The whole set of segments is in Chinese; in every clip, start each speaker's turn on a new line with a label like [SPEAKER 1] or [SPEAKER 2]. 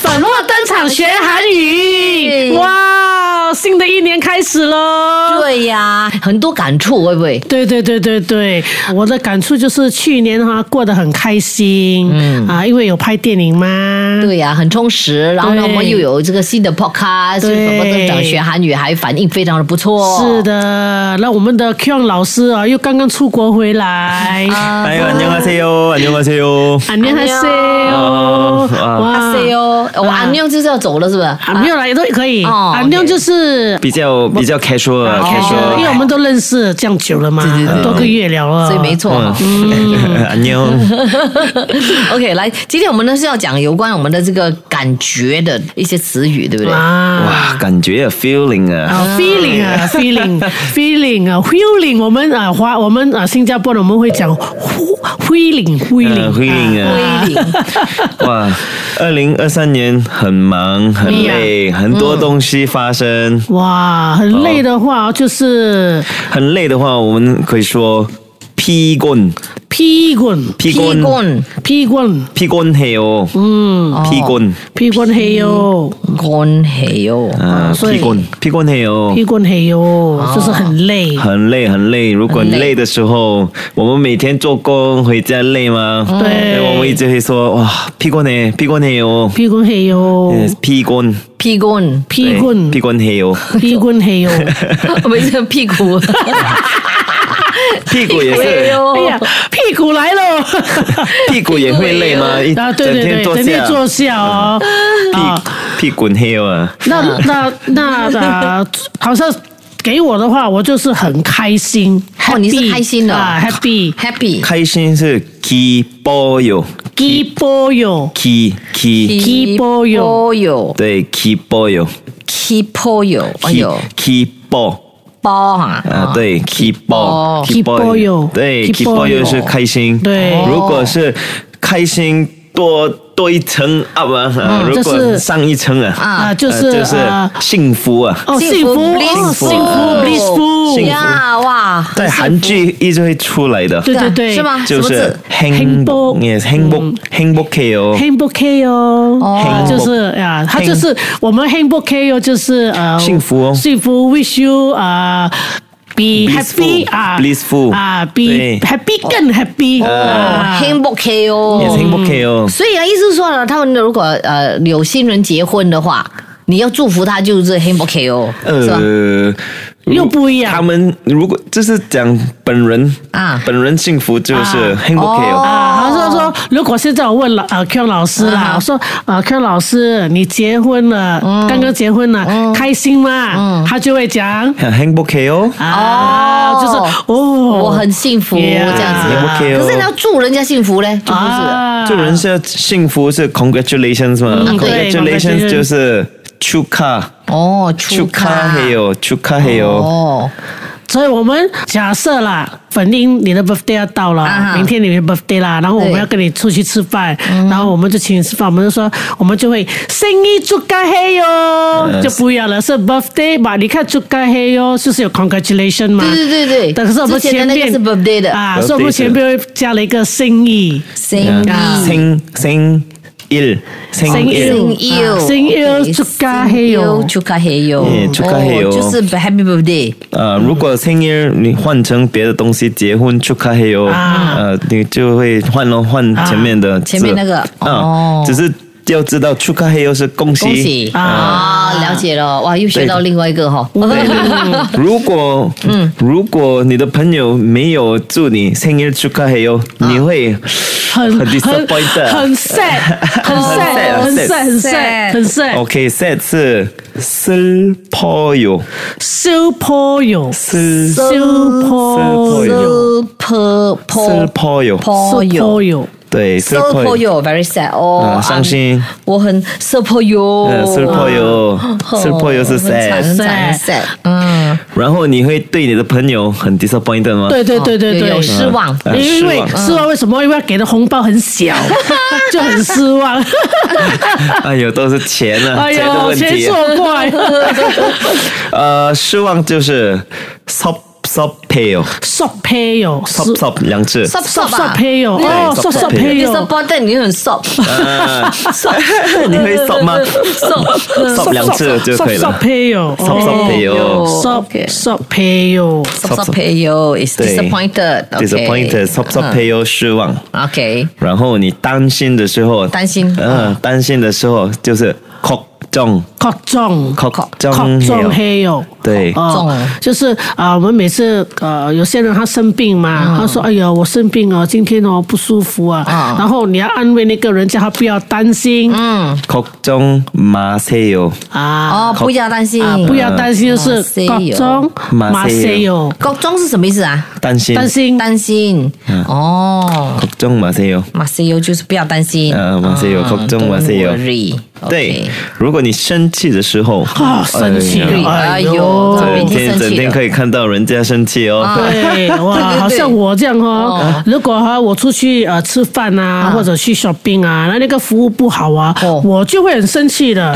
[SPEAKER 1] 粉墨登场学韩语，
[SPEAKER 2] 对
[SPEAKER 1] 哇，新的一年开始喽！
[SPEAKER 2] 对呀、很多感触，会不会？
[SPEAKER 1] 对对对对对，我的感触就是去年哈、过得很开心，嗯啊，因为有拍电影嘛，
[SPEAKER 2] 对呀、很充实。然后呢，
[SPEAKER 1] 对
[SPEAKER 2] 我们又有这个新的 podcast，
[SPEAKER 1] 对
[SPEAKER 2] 什么跟长学韩语，还反应非常的不错。
[SPEAKER 1] 是，的。那我们的 Q 老师啊，又刚刚出国回来，
[SPEAKER 2] 啊，
[SPEAKER 3] 哎呦，안녕하세요，안녕하세요，
[SPEAKER 1] 안녕하세요
[SPEAKER 3] 안녕
[SPEAKER 2] 阿 C 哦，我安妞就是要走了，是不是？
[SPEAKER 1] 啊，没有啦，也都可以。
[SPEAKER 2] 哦
[SPEAKER 1] 啊，妞就是哦
[SPEAKER 3] 比哎较比较 casual 了
[SPEAKER 1] 因为我
[SPEAKER 3] ，casual，
[SPEAKER 1] 们都认识这样久了嘛，
[SPEAKER 2] 对对对
[SPEAKER 1] 很多个月了了，
[SPEAKER 2] 所以没错。
[SPEAKER 3] 嗯， 어. 안녕，
[SPEAKER 2] OK，来，今天我们呢是要讲有关我们的这个感觉的一些词语，对不对？
[SPEAKER 1] 啊。
[SPEAKER 3] 哇，感觉啊 feeling 아. 啊，
[SPEAKER 1] 啊，feeling 啊，feeling，feeling 啊，feeling，我们啊，华，我们啊，新加坡的我们会讲 feeling，feeling，
[SPEAKER 3] 嗯，feeling 啊
[SPEAKER 2] 归零，
[SPEAKER 3] 哇，二零二三年很忙很累，很多东西发生，
[SPEAKER 1] 哇，很累的
[SPEAKER 3] 哦
[SPEAKER 1] 话就是
[SPEAKER 3] 很累的话，我们可以说피곤，
[SPEAKER 1] 피곤
[SPEAKER 3] 피곤
[SPEAKER 1] 피
[SPEAKER 3] 곤 음. 어.
[SPEAKER 2] 屁滚
[SPEAKER 1] 곤
[SPEAKER 3] 피곤해요，嗯，피곤，
[SPEAKER 1] 피곤해요，
[SPEAKER 3] 嗯
[SPEAKER 2] 滚黑哟。
[SPEAKER 3] 啊，
[SPEAKER 1] 所
[SPEAKER 3] 아, 피
[SPEAKER 1] 以
[SPEAKER 3] 곤피곤해요，
[SPEAKER 1] 피곤해요，就是
[SPEAKER 2] 哦
[SPEAKER 1] 很累。
[SPEAKER 3] 很累很累。如果你
[SPEAKER 2] 很累
[SPEAKER 3] 累的时候，我们每天做工回家累吗？
[SPEAKER 1] 对
[SPEAKER 3] 我们一直会说哇，피곤해피곤해요，
[SPEAKER 1] 피곤해요，
[SPEAKER 3] 피곤
[SPEAKER 2] 屁滚，
[SPEAKER 1] 피곤
[SPEAKER 3] 피곤해요，
[SPEAKER 1] 피곤해요。
[SPEAKER 2] 我们这个屁股。
[SPEAKER 3] 屁股也
[SPEAKER 2] 哎
[SPEAKER 3] 是，
[SPEAKER 2] 呦
[SPEAKER 1] 哎呀，屁股来了！
[SPEAKER 3] 屁股也会累吗？ 一
[SPEAKER 1] 啊，对
[SPEAKER 3] 整
[SPEAKER 1] 对
[SPEAKER 3] 天
[SPEAKER 1] 对，
[SPEAKER 3] 坐
[SPEAKER 1] 整天
[SPEAKER 3] 下，嗯
[SPEAKER 1] 坐下哦。啊，
[SPEAKER 3] 屁屁滚해요啊，
[SPEAKER 1] 那那那那， 好像给我的话，我就是很开心。
[SPEAKER 2] 哦你是
[SPEAKER 1] happy，
[SPEAKER 2] 开心的哦
[SPEAKER 1] 啊，happy，
[SPEAKER 2] Happy，
[SPEAKER 3] 开心是기뻐요，
[SPEAKER 1] 기뻐요，
[SPEAKER 3] 기 기
[SPEAKER 1] 基波友
[SPEAKER 2] 有，
[SPEAKER 3] 对기뻐요，
[SPEAKER 2] 基波有，哎
[SPEAKER 3] 기
[SPEAKER 2] 呦，
[SPEAKER 3] 기뻐
[SPEAKER 2] 包哈
[SPEAKER 3] 啊，对，k e e p ball，
[SPEAKER 1] keep ball 哟
[SPEAKER 3] 对
[SPEAKER 1] keep
[SPEAKER 3] ，keep ball
[SPEAKER 1] ball 哟
[SPEAKER 3] 又是开心。
[SPEAKER 1] 对
[SPEAKER 3] 네, 如果是开心多多一层 up 啊啊，如
[SPEAKER 1] 就是
[SPEAKER 3] 果上一层啊，
[SPEAKER 2] 啊
[SPEAKER 1] 啊，就
[SPEAKER 3] 呃
[SPEAKER 1] 是
[SPEAKER 3] 就是
[SPEAKER 1] 啊，
[SPEAKER 3] 幸福啊。
[SPEAKER 1] 哦，幸
[SPEAKER 2] 幸
[SPEAKER 1] 福，
[SPEAKER 2] 福
[SPEAKER 1] 哦幸福
[SPEAKER 2] blissful
[SPEAKER 1] ，blissful，
[SPEAKER 3] 幸福
[SPEAKER 2] 呀哇，
[SPEAKER 3] 在韩剧一直会出来的，
[SPEAKER 1] 对对对，
[SPEAKER 2] 是吗？
[SPEAKER 3] 就
[SPEAKER 2] 什么
[SPEAKER 3] 是
[SPEAKER 2] 字
[SPEAKER 3] 행복
[SPEAKER 1] 행복
[SPEAKER 3] yes 행복행복해요
[SPEAKER 1] h a m b o k 哦，啊
[SPEAKER 3] 행복
[SPEAKER 1] 就是啊，它
[SPEAKER 3] 행
[SPEAKER 1] 就是我们 h a m b o k 哦，就是呃，
[SPEAKER 3] 幸福哦
[SPEAKER 1] 幸福 wish you 啊。Be
[SPEAKER 3] Blissful，
[SPEAKER 1] happy 啊
[SPEAKER 3] blissful
[SPEAKER 1] 啊，be
[SPEAKER 3] 对
[SPEAKER 1] happy 更 happy
[SPEAKER 2] 哦
[SPEAKER 1] 啊，
[SPEAKER 2] 黑不 K
[SPEAKER 3] ，yes
[SPEAKER 2] 哦。
[SPEAKER 3] 행복해요。
[SPEAKER 2] 所以啊，意思是说呢，他们如果呃有新人结婚的话，你要祝福他就是黑不 K 哦，是吧？
[SPEAKER 3] 呃，
[SPEAKER 1] 又不一样
[SPEAKER 3] 他们如果就是讲本人
[SPEAKER 2] 啊
[SPEAKER 3] 本人幸福就是
[SPEAKER 1] 啊
[SPEAKER 3] 행복해요。
[SPEAKER 2] 哦
[SPEAKER 1] 啊，好像说，如果现在我问了呃 Q 老师啦，
[SPEAKER 2] 嗯
[SPEAKER 1] 我说呃 Q 老师，你结婚了，刚刚结婚
[SPEAKER 2] 嗯
[SPEAKER 1] 了，开心吗？他就会讲
[SPEAKER 3] 행복해요。
[SPEAKER 1] 啊，
[SPEAKER 2] 哦
[SPEAKER 1] 就是哦，
[SPEAKER 2] 我很幸福
[SPEAKER 1] Yeah
[SPEAKER 2] 这样子。
[SPEAKER 3] 행복해요
[SPEAKER 2] 可是你要祝人家幸福嘞，就不是了。
[SPEAKER 1] 啊，
[SPEAKER 3] 这人是幸福是 congratulations 嘛、
[SPEAKER 1] 嗯
[SPEAKER 3] c o n g r a
[SPEAKER 1] 对
[SPEAKER 3] t u l a t i o
[SPEAKER 1] congratulations
[SPEAKER 3] n 就是축하
[SPEAKER 2] 哦，
[SPEAKER 3] 축
[SPEAKER 2] 축하
[SPEAKER 3] 하해요축하해요
[SPEAKER 2] 哦，
[SPEAKER 1] 所以我们假设啦，粉英你的 birthday 要到了，
[SPEAKER 2] 啊哈
[SPEAKER 1] 明天你的 birthday 啦，然后我们
[SPEAKER 2] 对嗯
[SPEAKER 1] 要跟你出去吃饭，然后我们就请你吃饭，我们就说我们就会生意祝干黑哟，就不一样了，是 birthday 吧？你看祝干黑哟，就是有 congratulation 嘛。
[SPEAKER 2] 对对对对
[SPEAKER 1] 但是我们
[SPEAKER 2] 之
[SPEAKER 1] 前
[SPEAKER 2] 前的
[SPEAKER 1] 面
[SPEAKER 2] 那个是 birthday 的
[SPEAKER 1] 啊，
[SPEAKER 3] birthday
[SPEAKER 1] 所以我们前面加了一个生意。
[SPEAKER 2] 生
[SPEAKER 1] 啊
[SPEAKER 2] 意。
[SPEAKER 3] 생생일생일
[SPEAKER 2] 生意哦，
[SPEAKER 1] 生意哦
[SPEAKER 2] OK，
[SPEAKER 1] 祝賀へよ
[SPEAKER 2] 生意哦祝賀へよ
[SPEAKER 3] 嗯祝賀へよ
[SPEAKER 2] 哦就是 Happy Birthday，
[SPEAKER 3] 呃，如果생일你换成别的东西，结婚축하해요，
[SPEAKER 1] 啊
[SPEAKER 3] 呃，你就会换了换前面的字、
[SPEAKER 2] 啊
[SPEAKER 3] 啊
[SPEAKER 2] 前面那个哦
[SPEAKER 3] 只是要知道축하해요是恭喜。
[SPEAKER 2] 恭喜
[SPEAKER 1] 啊
[SPEAKER 2] 啊！了解了，哇，又学
[SPEAKER 3] 对
[SPEAKER 2] 到另外一个 哈。
[SPEAKER 3] 对对对如果如果你的朋友没有祝你生日축하해요，你会
[SPEAKER 1] 很
[SPEAKER 3] 很 disappointed
[SPEAKER 1] 很 sad，很 sad，很 sad，很 Oh sad，
[SPEAKER 2] sad
[SPEAKER 1] 很 sad。
[SPEAKER 3] OK, set 是슬퍼요，
[SPEAKER 1] Super 有
[SPEAKER 3] 슬
[SPEAKER 1] ，super 有
[SPEAKER 2] Super
[SPEAKER 3] 슬퍼요，
[SPEAKER 2] Poyo，
[SPEAKER 1] ，super 哦有。
[SPEAKER 3] 对，슬퍼요，
[SPEAKER 2] Poyo，very sad 哦
[SPEAKER 3] 啊，伤心
[SPEAKER 2] 啊我很 Super
[SPEAKER 3] 嗯
[SPEAKER 2] Yo，
[SPEAKER 3] 슬퍼요， 슬퍼요 是
[SPEAKER 2] 어。 很惨
[SPEAKER 3] sad，
[SPEAKER 2] 很惨很 sad，嗯。嗯
[SPEAKER 3] 然后你会对你的朋友很 disappointed 吗？
[SPEAKER 1] 对对对对
[SPEAKER 2] 哦有
[SPEAKER 1] 对，
[SPEAKER 2] 有失望。
[SPEAKER 3] 嗯
[SPEAKER 1] 因为
[SPEAKER 3] 失
[SPEAKER 1] 失望为什么？因为他给的红包很 小，就很失 望。
[SPEAKER 3] 哎呦，都是钱了，
[SPEAKER 1] 哎
[SPEAKER 3] 钱的
[SPEAKER 1] 呦，
[SPEAKER 3] 问
[SPEAKER 1] 钱
[SPEAKER 3] 题。
[SPEAKER 1] 错 怪，
[SPEAKER 3] 呃，失望就是 sop sop pale，sop
[SPEAKER 1] 索赔哟，
[SPEAKER 3] sop 两字。
[SPEAKER 2] Sop
[SPEAKER 1] 索
[SPEAKER 2] sop
[SPEAKER 1] 索
[SPEAKER 2] 啊
[SPEAKER 1] 赔哟，
[SPEAKER 3] 对
[SPEAKER 1] 哦，索
[SPEAKER 3] 索
[SPEAKER 1] 索
[SPEAKER 3] 索
[SPEAKER 1] 赔
[SPEAKER 3] 赔
[SPEAKER 1] 哟，
[SPEAKER 2] disappointed，你很 sop
[SPEAKER 3] 啊你会哎 sop 吗
[SPEAKER 2] sop
[SPEAKER 3] ？sop 两字就可以
[SPEAKER 1] 索
[SPEAKER 3] 了。
[SPEAKER 1] 赔哟，
[SPEAKER 3] sop sop pale。
[SPEAKER 1] 索
[SPEAKER 2] OK
[SPEAKER 1] 索赔哟，
[SPEAKER 2] sop sop 哎呦，is
[SPEAKER 3] 对
[SPEAKER 2] disappointed。Uh-huh
[SPEAKER 3] disappointed sop sop pale 失望。
[SPEAKER 2] OK，
[SPEAKER 3] 然后你担心的时候，
[SPEAKER 2] 担心
[SPEAKER 3] 嗯，担心的时候就是 cock 中
[SPEAKER 1] 扩中。
[SPEAKER 3] cock
[SPEAKER 1] 扩
[SPEAKER 3] 中
[SPEAKER 1] 中黑哟，
[SPEAKER 3] 对
[SPEAKER 1] 哦
[SPEAKER 2] 中，
[SPEAKER 1] 就是啊、我们每次呃，有些人他生病嘛，他说：“哎呀，我生病哦，今天哦不舒服啊。
[SPEAKER 2] 嗯
[SPEAKER 1] 然后你要安慰那个人，叫他不要担心、
[SPEAKER 2] 嗯，
[SPEAKER 3] cock 中马塞哟，
[SPEAKER 1] 啊，
[SPEAKER 2] 哦，不要担心，
[SPEAKER 1] 啊，不要担心，就是
[SPEAKER 2] 马
[SPEAKER 1] 各
[SPEAKER 2] 西哟
[SPEAKER 1] 种
[SPEAKER 3] 嗯马西
[SPEAKER 1] 有
[SPEAKER 2] 国中是什么意思啊？
[SPEAKER 3] 担心嗯
[SPEAKER 1] 担心
[SPEAKER 2] 担心，哦，
[SPEAKER 3] cock 中马塞哟。
[SPEAKER 2] 马西尤就是不要担心，
[SPEAKER 3] 嗯马西尤
[SPEAKER 2] 嗯
[SPEAKER 3] 国中马西尤
[SPEAKER 2] don't worry，
[SPEAKER 3] 对
[SPEAKER 2] OK，
[SPEAKER 3] 如果你生气的时候，
[SPEAKER 1] 啊，生气
[SPEAKER 3] 哎
[SPEAKER 1] 了，
[SPEAKER 3] 呀
[SPEAKER 1] 哎
[SPEAKER 2] 哎呦
[SPEAKER 1] 呦，
[SPEAKER 3] 整天
[SPEAKER 2] 生气
[SPEAKER 3] 整天
[SPEAKER 2] 了
[SPEAKER 3] 可以看到人家生气哦。
[SPEAKER 1] 对，哇，好像我这样哦
[SPEAKER 2] 哦。
[SPEAKER 1] 如果哈我出去呃吃饭啊，或者去 shopping 啊，那那个服务不好啊
[SPEAKER 2] 哦，
[SPEAKER 1] 我就会很生气 的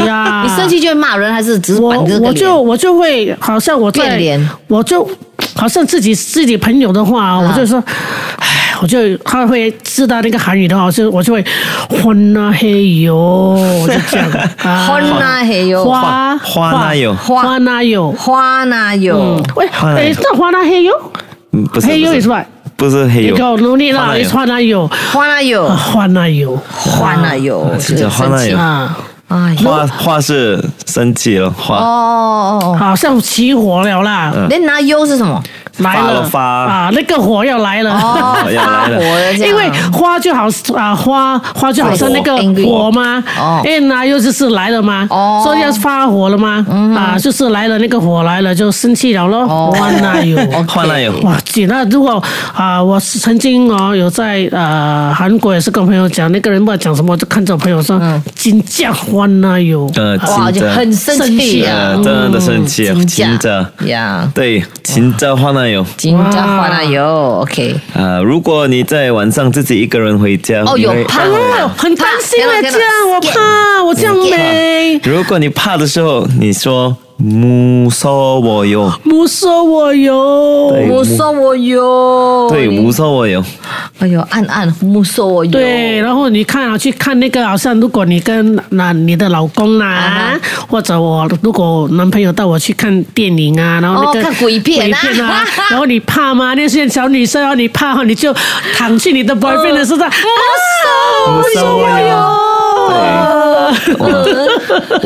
[SPEAKER 1] 哎呀。
[SPEAKER 2] 你生气就会骂人，还是只是
[SPEAKER 1] 我
[SPEAKER 2] 板着个
[SPEAKER 1] 啊我
[SPEAKER 2] 脸
[SPEAKER 1] 就我就会好像我在
[SPEAKER 2] 变脸
[SPEAKER 1] 我就好像自己自己朋友的话，我就说，唉，我就他会知道那个韩语的话，我就我就会混啊嘿哟，我就这样啊
[SPEAKER 2] 花那嘿哟，
[SPEAKER 1] 花
[SPEAKER 3] 花那有
[SPEAKER 1] 花花那有，
[SPEAKER 2] 花那有
[SPEAKER 1] 嗯，喂，
[SPEAKER 3] 花那有
[SPEAKER 1] 诶，那花那嘿哟，
[SPEAKER 3] 嗯不是
[SPEAKER 1] 嘿哟也
[SPEAKER 3] 不是
[SPEAKER 1] 是吧？
[SPEAKER 3] 不是黑
[SPEAKER 1] 你
[SPEAKER 3] 油，
[SPEAKER 1] 给我努力
[SPEAKER 3] 花
[SPEAKER 1] 啦，
[SPEAKER 3] 那有
[SPEAKER 1] 也是花那有，
[SPEAKER 2] 花那有
[SPEAKER 1] 啊，花那有
[SPEAKER 2] 花那有，
[SPEAKER 3] 是叫花
[SPEAKER 2] 生
[SPEAKER 3] 那
[SPEAKER 2] 气
[SPEAKER 3] 有
[SPEAKER 1] 啊，
[SPEAKER 2] 哎呦，
[SPEAKER 3] 花花是生气了，
[SPEAKER 2] 哦
[SPEAKER 3] 花
[SPEAKER 2] 哦哦
[SPEAKER 1] 好像起火了啦，
[SPEAKER 3] 嗯
[SPEAKER 2] 哦，那那有是什么？
[SPEAKER 1] 来
[SPEAKER 3] 发了
[SPEAKER 1] 了
[SPEAKER 3] 发
[SPEAKER 1] 啊，那个火要来了。
[SPEAKER 2] 哦，
[SPEAKER 3] 要来
[SPEAKER 2] 发
[SPEAKER 3] 了
[SPEAKER 2] 火了
[SPEAKER 1] 啊
[SPEAKER 2] 这样，
[SPEAKER 1] 因为花就好啊，花花就好像那个
[SPEAKER 2] 火 angry
[SPEAKER 1] 火嘛
[SPEAKER 2] 哦，
[SPEAKER 1] 因为呢又就是来了嘛，
[SPEAKER 2] 哦嗯
[SPEAKER 1] 所以要发火了嘛，啊，就是来了那个火来了就生气了咯
[SPEAKER 2] 哦，
[SPEAKER 1] 哇那 有。
[SPEAKER 3] 花那有，
[SPEAKER 1] 哇，姐，那如果啊、我是曾经哦有在呃韩国也是跟朋友讲，那个人不知道讲什么，就看着我朋友说
[SPEAKER 2] 嗯
[SPEAKER 1] 金价欢呐哦哟，
[SPEAKER 3] 呃，
[SPEAKER 2] 哇，
[SPEAKER 3] 亲
[SPEAKER 2] 就
[SPEAKER 3] 的，
[SPEAKER 2] 很生气
[SPEAKER 3] 呃
[SPEAKER 2] 啊，嗯
[SPEAKER 3] 真的生气啊，
[SPEAKER 2] 惊
[SPEAKER 3] 亲
[SPEAKER 2] 驾
[SPEAKER 3] 的，
[SPEAKER 2] 呀，
[SPEAKER 3] 对，亲的花那有。
[SPEAKER 2] 金家花那有，OK，
[SPEAKER 3] 啊、如果你在晚上自己一个人回家，呃
[SPEAKER 2] 哦
[SPEAKER 3] 你
[SPEAKER 2] 有
[SPEAKER 3] 会
[SPEAKER 2] 怕
[SPEAKER 1] 哎呦，很担心哎，
[SPEAKER 2] 天哪天
[SPEAKER 1] 这
[SPEAKER 2] 哪
[SPEAKER 1] 样我怕我这样没，
[SPEAKER 3] 如果你怕的时候，你说무서워요，
[SPEAKER 2] 哦
[SPEAKER 1] 不说我哟，
[SPEAKER 3] 对
[SPEAKER 2] 我说我有，
[SPEAKER 3] 对，
[SPEAKER 2] 你
[SPEAKER 3] 무서워요，
[SPEAKER 2] 哎呦，暗暗目说我有，
[SPEAKER 1] 对，然后你看啊，去看那个，好像如果你跟那你的老公啦、
[SPEAKER 2] 啊
[SPEAKER 1] 或者我如果男朋友带我去看电影啊，然后那个、
[SPEAKER 2] 哦看鬼片啊
[SPEAKER 1] 鬼片 啊然后你怕吗？那些小女生哦，你怕哈，你就躺去你
[SPEAKER 2] 哦
[SPEAKER 1] 的 boyfriend 的身上，哎
[SPEAKER 3] 무서
[SPEAKER 2] 啊
[SPEAKER 3] 워요，
[SPEAKER 1] 哦，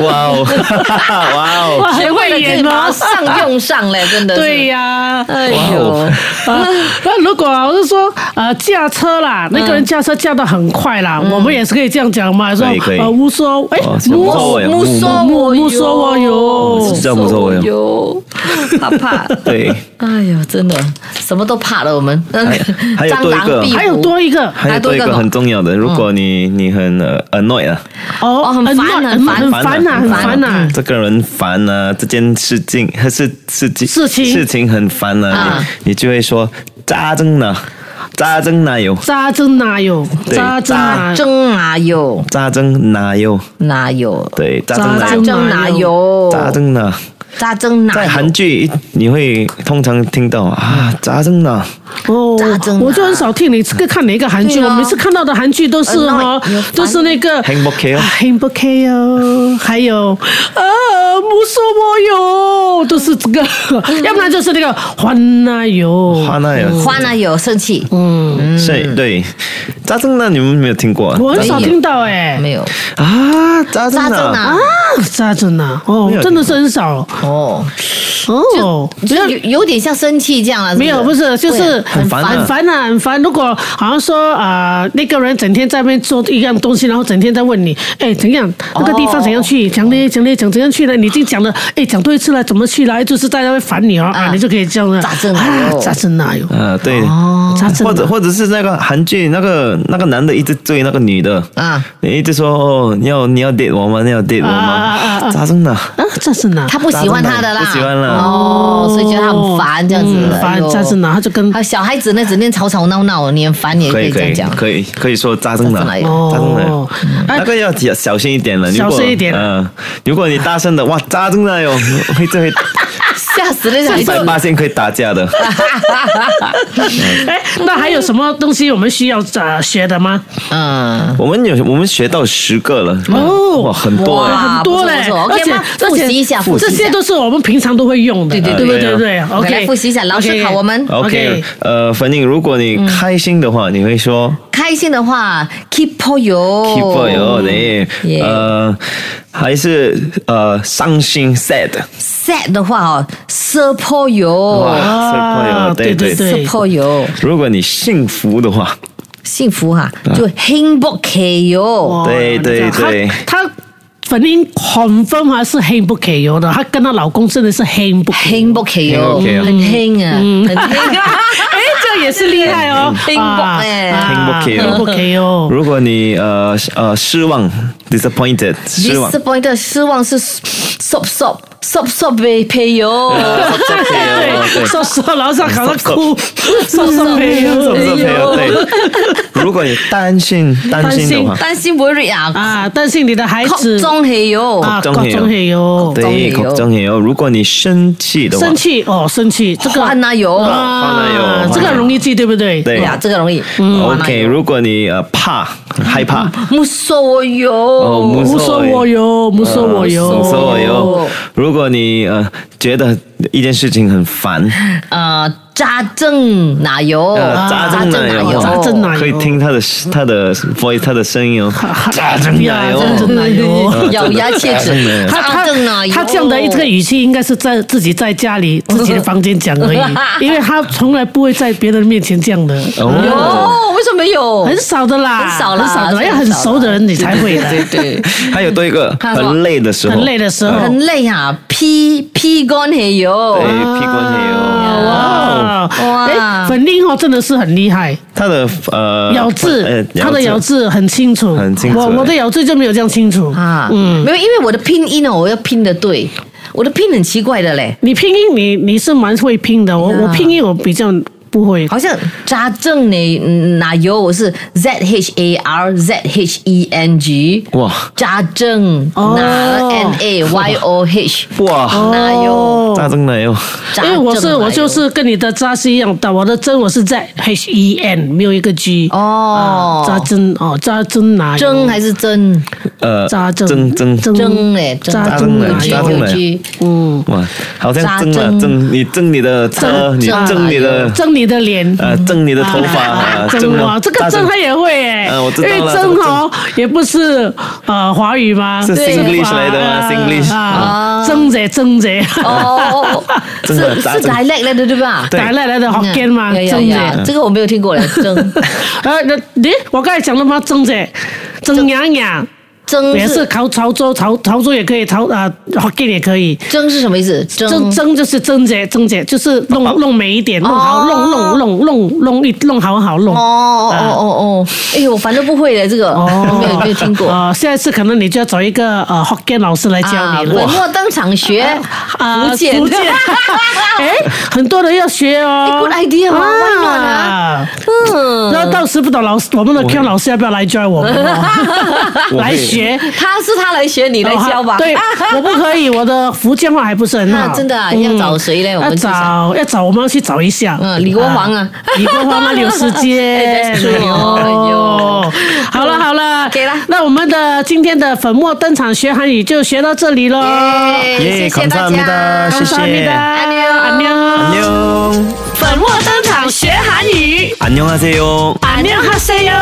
[SPEAKER 3] 哇哦， 哇哦，
[SPEAKER 1] 哇，
[SPEAKER 2] 学
[SPEAKER 1] 很
[SPEAKER 2] 会
[SPEAKER 1] 会
[SPEAKER 2] 了自己
[SPEAKER 1] 演
[SPEAKER 2] 马
[SPEAKER 1] 哦，
[SPEAKER 2] 上用上嘞，真的是，
[SPEAKER 1] 对呀、
[SPEAKER 2] 哎
[SPEAKER 3] 哇
[SPEAKER 2] 呦
[SPEAKER 3] 哦，
[SPEAKER 1] 啊，那如果我是说，呃，驾车啦，那个人驾车驾得很快啦，我们也是可以这样讲嘛，说
[SPEAKER 3] 可以可以
[SPEAKER 1] 呃，无说，哎
[SPEAKER 3] 哦，是
[SPEAKER 1] 无
[SPEAKER 3] 无所谓
[SPEAKER 2] 目说我有，
[SPEAKER 1] 目说我有
[SPEAKER 3] 是这样目说我
[SPEAKER 2] 有，怕怕。
[SPEAKER 3] 对，
[SPEAKER 2] 哎呦，真的什么都怕了，我们。
[SPEAKER 3] 还有多一个
[SPEAKER 1] 还有多一个
[SPEAKER 3] 还有多一个很重要的，如果你你很呃 annoy 啊，
[SPEAKER 1] 哦，
[SPEAKER 2] 哦很烦
[SPEAKER 1] 闹
[SPEAKER 2] 很烦
[SPEAKER 1] 很烦呐，很烦啊呐。
[SPEAKER 3] 这个人烦啊，这件事情还是事情
[SPEAKER 1] 事情
[SPEAKER 3] 事情很烦啊，
[SPEAKER 2] 啊
[SPEAKER 3] 你你就会说扎针呢，扎针哪有，
[SPEAKER 1] 扎针哪有？
[SPEAKER 3] 对
[SPEAKER 1] 扎针哪有？
[SPEAKER 2] 争哪有
[SPEAKER 3] 扎针哪有，
[SPEAKER 2] 哪有，
[SPEAKER 3] 对，扎针哪
[SPEAKER 2] 扎
[SPEAKER 3] 有，
[SPEAKER 2] 争哪有，
[SPEAKER 3] 扎针呢，
[SPEAKER 2] 扎争哪
[SPEAKER 3] 在
[SPEAKER 2] 有，
[SPEAKER 3] 韩剧你会通常听到啊，扎针呢，
[SPEAKER 1] 哦
[SPEAKER 2] 扎针啊，
[SPEAKER 1] 我就很少听你这个看哪一个韩剧，
[SPEAKER 2] 对
[SPEAKER 1] 我
[SPEAKER 2] 啊
[SPEAKER 1] 每次看到的韩剧都是
[SPEAKER 2] 很闹
[SPEAKER 1] 哦
[SPEAKER 2] 有，烦
[SPEAKER 1] 都是那个
[SPEAKER 3] 행복해요
[SPEAKER 1] 啊행복해요，还有啊，무서워요，都是这个，
[SPEAKER 2] 嗯
[SPEAKER 1] 要不然就是那个欢呐
[SPEAKER 3] 花
[SPEAKER 1] 哟，
[SPEAKER 3] 那有，
[SPEAKER 2] 花哪有生气，
[SPEAKER 1] 嗯，
[SPEAKER 3] 是，对，扎针呢，你们没有听过啊？
[SPEAKER 1] 我很少
[SPEAKER 2] 没有
[SPEAKER 1] 听到哎，
[SPEAKER 2] 没有
[SPEAKER 3] 啊，扎针
[SPEAKER 2] 扎争
[SPEAKER 3] 呢？
[SPEAKER 2] 哪
[SPEAKER 1] 啊，扎针呐，哦
[SPEAKER 3] 没，有
[SPEAKER 1] 真的是很少
[SPEAKER 2] 哦，
[SPEAKER 1] 哦，
[SPEAKER 2] 就有有点像生气这样啊了，
[SPEAKER 1] 没有，不是，就是
[SPEAKER 3] 很烦啊
[SPEAKER 1] 很烦啊，很烦。如果好像说啊、呃那个人整天在那边做一样东西，然后整天在问你，哎，怎样
[SPEAKER 2] 哦
[SPEAKER 1] 那个地方怎样去？讲嘞讲嘞讲怎样去呢？你已经讲了，哎，讲多一次了，怎么去了？哎就是大家会烦你哦，啊，
[SPEAKER 2] 啊
[SPEAKER 1] 你就可以这样了。
[SPEAKER 2] 咋整啊哟
[SPEAKER 1] 咋整哪有？
[SPEAKER 3] 啊，对，
[SPEAKER 2] 哦
[SPEAKER 1] 咋整
[SPEAKER 3] 或
[SPEAKER 1] 啊
[SPEAKER 3] 者或者是那个韩剧那个那个男的一直追那个女的，
[SPEAKER 2] 啊，
[SPEAKER 3] 你一直说哦，你要你要 date 我吗？你要 date 我
[SPEAKER 1] 啊啊啊啊
[SPEAKER 3] 吗？咋整的？
[SPEAKER 1] 啊，咋整哪？
[SPEAKER 2] 他不喜欢他的啦，
[SPEAKER 3] 不喜欢啦啊，
[SPEAKER 2] 哦，所以觉得他很烦这样子，
[SPEAKER 1] 嗯
[SPEAKER 2] 哎
[SPEAKER 1] 烦
[SPEAKER 2] 呦
[SPEAKER 1] 这样子呢，他就跟
[SPEAKER 2] 还有小孩子呢，整天吵吵闹闹，你很烦也
[SPEAKER 3] 可
[SPEAKER 2] 可以
[SPEAKER 3] 以
[SPEAKER 2] 这
[SPEAKER 3] 可
[SPEAKER 2] 样
[SPEAKER 3] 以
[SPEAKER 2] 讲。
[SPEAKER 3] 可以可以说扎针的，
[SPEAKER 2] 扎针
[SPEAKER 3] 扎
[SPEAKER 2] 来的
[SPEAKER 3] 针
[SPEAKER 1] 哦
[SPEAKER 3] 的，，那个要小小心一点了。如果
[SPEAKER 1] 小心一点
[SPEAKER 3] 嗯，如果你大声的哇扎针啊的哟，会这会
[SPEAKER 2] 吓死那 小孩
[SPEAKER 3] 一百
[SPEAKER 2] 子。
[SPEAKER 3] 八线可以打架的。
[SPEAKER 1] 哎，那还有什么东西我们需要呃学的吗？
[SPEAKER 2] 嗯，
[SPEAKER 3] 我们有我们学到十个了
[SPEAKER 1] 哦
[SPEAKER 3] 哇，很多
[SPEAKER 2] 哇
[SPEAKER 3] 哎。
[SPEAKER 1] 很多嘞
[SPEAKER 2] 啊不错，不错
[SPEAKER 1] 而且
[SPEAKER 2] OK 吗
[SPEAKER 1] 而且
[SPEAKER 2] 复习一下复习
[SPEAKER 1] 这
[SPEAKER 2] 一下
[SPEAKER 1] 些都是我们平常都会用的，
[SPEAKER 2] 对对
[SPEAKER 1] 对
[SPEAKER 2] 对
[SPEAKER 1] 不对
[SPEAKER 3] 对
[SPEAKER 1] 对
[SPEAKER 2] 我们来
[SPEAKER 1] ，OK，
[SPEAKER 2] 复习一下，老师
[SPEAKER 1] OK
[SPEAKER 2] 考我们
[SPEAKER 1] OK
[SPEAKER 3] OK，呃，反正如果你开心的话，你会说
[SPEAKER 2] 开心的话，keep 哟
[SPEAKER 3] keep 哟，你
[SPEAKER 2] Yeah
[SPEAKER 3] 呃还是呃伤心 sad
[SPEAKER 2] sad 的话哦，support
[SPEAKER 3] 哦
[SPEAKER 2] 哟
[SPEAKER 3] 哇，sad 朋友，对
[SPEAKER 1] 对对
[SPEAKER 2] ，support 哟，
[SPEAKER 3] 如果你幸福的话，
[SPEAKER 2] 幸福哈，就 him b o k 哟，
[SPEAKER 1] 哦
[SPEAKER 3] 对对
[SPEAKER 1] 他
[SPEAKER 3] 对
[SPEAKER 1] 他反应很分啊，是很不可油的，她跟她老公真的是很不可
[SPEAKER 2] him b o k 哟，
[SPEAKER 3] him-bok-hyo
[SPEAKER 2] 很 him 啊，很 him 啊。
[SPEAKER 1] 哎，这也是厉害哦，
[SPEAKER 2] 很不哎
[SPEAKER 3] 哦
[SPEAKER 1] 很不可哦油，
[SPEAKER 3] 如果你呃呃失望 disappointed 失望
[SPEAKER 2] disappointed 失望是 sob sob sob sob 被配
[SPEAKER 3] 哦
[SPEAKER 2] 油，
[SPEAKER 1] 对，说说然后上考到哭，说说没有
[SPEAKER 3] 是朋友对。如果你担心担心的话，
[SPEAKER 2] 担心 worry 啊，
[SPEAKER 1] 啊，担心你的孩
[SPEAKER 2] 口
[SPEAKER 1] 子
[SPEAKER 2] 中黑油，
[SPEAKER 1] 啊，
[SPEAKER 3] 걱정해요
[SPEAKER 1] 各种也有，
[SPEAKER 3] 对，걱정해요。如果你生气的话
[SPEAKER 1] 生，气哦，生气这个
[SPEAKER 2] 换啊油，
[SPEAKER 3] 花奶油
[SPEAKER 1] 这个容易记对不对？
[SPEAKER 3] 对
[SPEAKER 2] 对呀，这个容易。嗯
[SPEAKER 3] OK。如果你呃怕害怕，
[SPEAKER 2] 木说我
[SPEAKER 3] 哦
[SPEAKER 2] 有，
[SPEAKER 3] 木
[SPEAKER 1] 不说我有，不说我有，
[SPEAKER 3] 无所谓
[SPEAKER 2] 哦
[SPEAKER 3] 哦。如果你呃觉得一件事情很烦，
[SPEAKER 2] 呃，扎正奶油，
[SPEAKER 3] 呃，扎针奶油，
[SPEAKER 1] 扎针奶油
[SPEAKER 3] 可以听他的他的 voice，他的声音哦，扎针奶油，
[SPEAKER 1] 呀扎针奶油
[SPEAKER 2] 咬牙切齿，
[SPEAKER 1] 他
[SPEAKER 2] 扎
[SPEAKER 1] 他
[SPEAKER 2] 正奶油，
[SPEAKER 1] 他这样的这个语气，应该是在自己在家里自己的房间讲而已，因为他从来不会在别人面前这样的，
[SPEAKER 3] 어. 哦，
[SPEAKER 2] 有，为什么有？
[SPEAKER 1] 很少的啦，
[SPEAKER 2] 很少啦
[SPEAKER 1] 很少的，
[SPEAKER 2] 很少
[SPEAKER 1] 要很熟的人你才会的。
[SPEAKER 2] 对对，
[SPEAKER 3] 还有多一个
[SPEAKER 2] 还有什么
[SPEAKER 3] 很累的时候，
[SPEAKER 1] 很累的时候，
[SPEAKER 2] 很累啊，披披干黑油
[SPEAKER 3] 对，，屁股很油。
[SPEAKER 1] 哇
[SPEAKER 2] 哇
[SPEAKER 1] 哎，粉令哦真的是很厉害，
[SPEAKER 3] 他的呃
[SPEAKER 1] 咬字，他的咬，字很清楚，
[SPEAKER 3] 很清楚
[SPEAKER 1] 我我的咬字就没有这样清楚
[SPEAKER 2] 啊，
[SPEAKER 1] 嗯，
[SPEAKER 2] 没有，因为我的拼音哦，我要拼的对，我的拼很奇怪的嘞，
[SPEAKER 1] 你拼音你你是蛮会拼的，我
[SPEAKER 2] 呀
[SPEAKER 1] 我拼音我比较不会。
[SPEAKER 2] 好像扎正呢嗯哪有？我是 Z H A R Z H E N G，
[SPEAKER 3] 哇
[SPEAKER 2] 扎正
[SPEAKER 1] 哦
[SPEAKER 2] 哪 N A Y O H，
[SPEAKER 3] 呃哇，
[SPEAKER 2] 哪有？
[SPEAKER 3] 大真奶油，
[SPEAKER 2] 扎
[SPEAKER 1] 哦因为我
[SPEAKER 2] 正
[SPEAKER 1] 是
[SPEAKER 2] 哪有
[SPEAKER 1] 我就是跟你的扎是一样的，我的针我是在 H E N，没有一个 G。
[SPEAKER 2] 哦
[SPEAKER 1] 啊扎针哦，扎针哪有？
[SPEAKER 2] 正还是真
[SPEAKER 3] 呃，
[SPEAKER 1] 扎针
[SPEAKER 3] 蒸蒸
[SPEAKER 1] 针哎
[SPEAKER 2] 正嘞，
[SPEAKER 1] 扎针
[SPEAKER 3] 哪有
[SPEAKER 2] 有
[SPEAKER 3] 扎
[SPEAKER 2] 有
[SPEAKER 3] 正哪有
[SPEAKER 2] 句
[SPEAKER 1] 嗯，
[SPEAKER 3] 哇，好像蒸
[SPEAKER 2] 扎
[SPEAKER 3] 了
[SPEAKER 2] 针
[SPEAKER 3] 蒸，你蒸你的车，
[SPEAKER 2] 蒸
[SPEAKER 3] 你蒸你的
[SPEAKER 1] 针你的脸。
[SPEAKER 3] 呃蒸你的头发，
[SPEAKER 1] 啊
[SPEAKER 3] 啊
[SPEAKER 1] 针哇，
[SPEAKER 3] 了
[SPEAKER 1] 这个
[SPEAKER 3] 大
[SPEAKER 1] 针他也会哎，
[SPEAKER 3] 嗯我知
[SPEAKER 1] 因
[SPEAKER 3] 道了
[SPEAKER 1] 为
[SPEAKER 3] 这
[SPEAKER 1] 针
[SPEAKER 3] 个针
[SPEAKER 1] 哦也不是呃华语吗？
[SPEAKER 3] 是
[SPEAKER 1] 对
[SPEAKER 3] Singlish
[SPEAKER 1] 吧
[SPEAKER 3] 来的嘛
[SPEAKER 1] 啊
[SPEAKER 3] Singlish，
[SPEAKER 1] 啊，针者针者，
[SPEAKER 2] 哦，是
[SPEAKER 3] 真的
[SPEAKER 2] 是
[SPEAKER 3] 扎针
[SPEAKER 2] dialect 来的对啊吧？
[SPEAKER 3] 对
[SPEAKER 1] 来来来的 Hokkien 嘛，
[SPEAKER 2] 呀呀
[SPEAKER 1] 针者。
[SPEAKER 2] 呀，这个我嗯没有听过嘞，正。
[SPEAKER 1] 呃，那你我刚才讲了吗？蒸姐，蒸娘娘
[SPEAKER 2] 蒸
[SPEAKER 1] 也是潮潮州，潮潮州也可以，潮啊福建也可以。
[SPEAKER 2] 蒸是什么意思？
[SPEAKER 1] 蒸
[SPEAKER 2] 蒸
[SPEAKER 1] 蒸就是蒸姐，蒸姐就是弄弄美一点，弄好，弄弄弄弄弄一弄好好弄。
[SPEAKER 2] 哦哦哦哦哦，哎呦，反正不会的这个，
[SPEAKER 1] 哦
[SPEAKER 2] 没有没有听过。
[SPEAKER 1] 哦，下一次可能你就要找一个呃福建老师来教你
[SPEAKER 2] 啊
[SPEAKER 1] 了
[SPEAKER 2] 文。墨登场学
[SPEAKER 1] 啊
[SPEAKER 2] 福建，
[SPEAKER 1] 福建 哎，很多人要学哦。
[SPEAKER 2] good idea 嘛，why not 啊。嗯，
[SPEAKER 1] 那到时不懂老师，我们的 Q 老师要不要来 join 我们哦？
[SPEAKER 3] 我会
[SPEAKER 1] 来学。
[SPEAKER 2] 他是他来学，你来教吧。
[SPEAKER 1] 哦对，我不可以，我的福建话还不是很好。
[SPEAKER 2] 啊真的啊要找谁嘞我们
[SPEAKER 1] 要
[SPEAKER 2] 去
[SPEAKER 1] 找要找，我们要去找一下。
[SPEAKER 2] 嗯李国煌啊
[SPEAKER 1] 李国煌那柳时间
[SPEAKER 2] 哎。that's true 哦
[SPEAKER 1] 哎呦好了好了，
[SPEAKER 2] 给了
[SPEAKER 1] 那我们的今天的粉墨登场学韩语就学到这里喽。
[SPEAKER 2] 耶谢
[SPEAKER 3] 耶，
[SPEAKER 2] 谢
[SPEAKER 3] 感
[SPEAKER 2] 大
[SPEAKER 3] 谢你
[SPEAKER 2] 家
[SPEAKER 3] 的，谢谢，
[SPEAKER 1] 安妞
[SPEAKER 2] 安
[SPEAKER 1] 安
[SPEAKER 2] 妞
[SPEAKER 3] 안녕
[SPEAKER 1] 妞，粉墨登场学韩语，
[SPEAKER 3] 안녕하세요。
[SPEAKER 1] 安妞哈塞哟。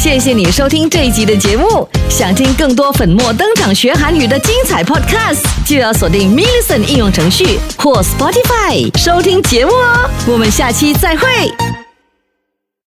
[SPEAKER 2] 谢谢你收听这一集的节目。想听更多粉墨登场学韩语的精彩 podcast，就要锁定 m i l l i c e n 应用程序或 Spotify 收听节目哦。我们下期再会。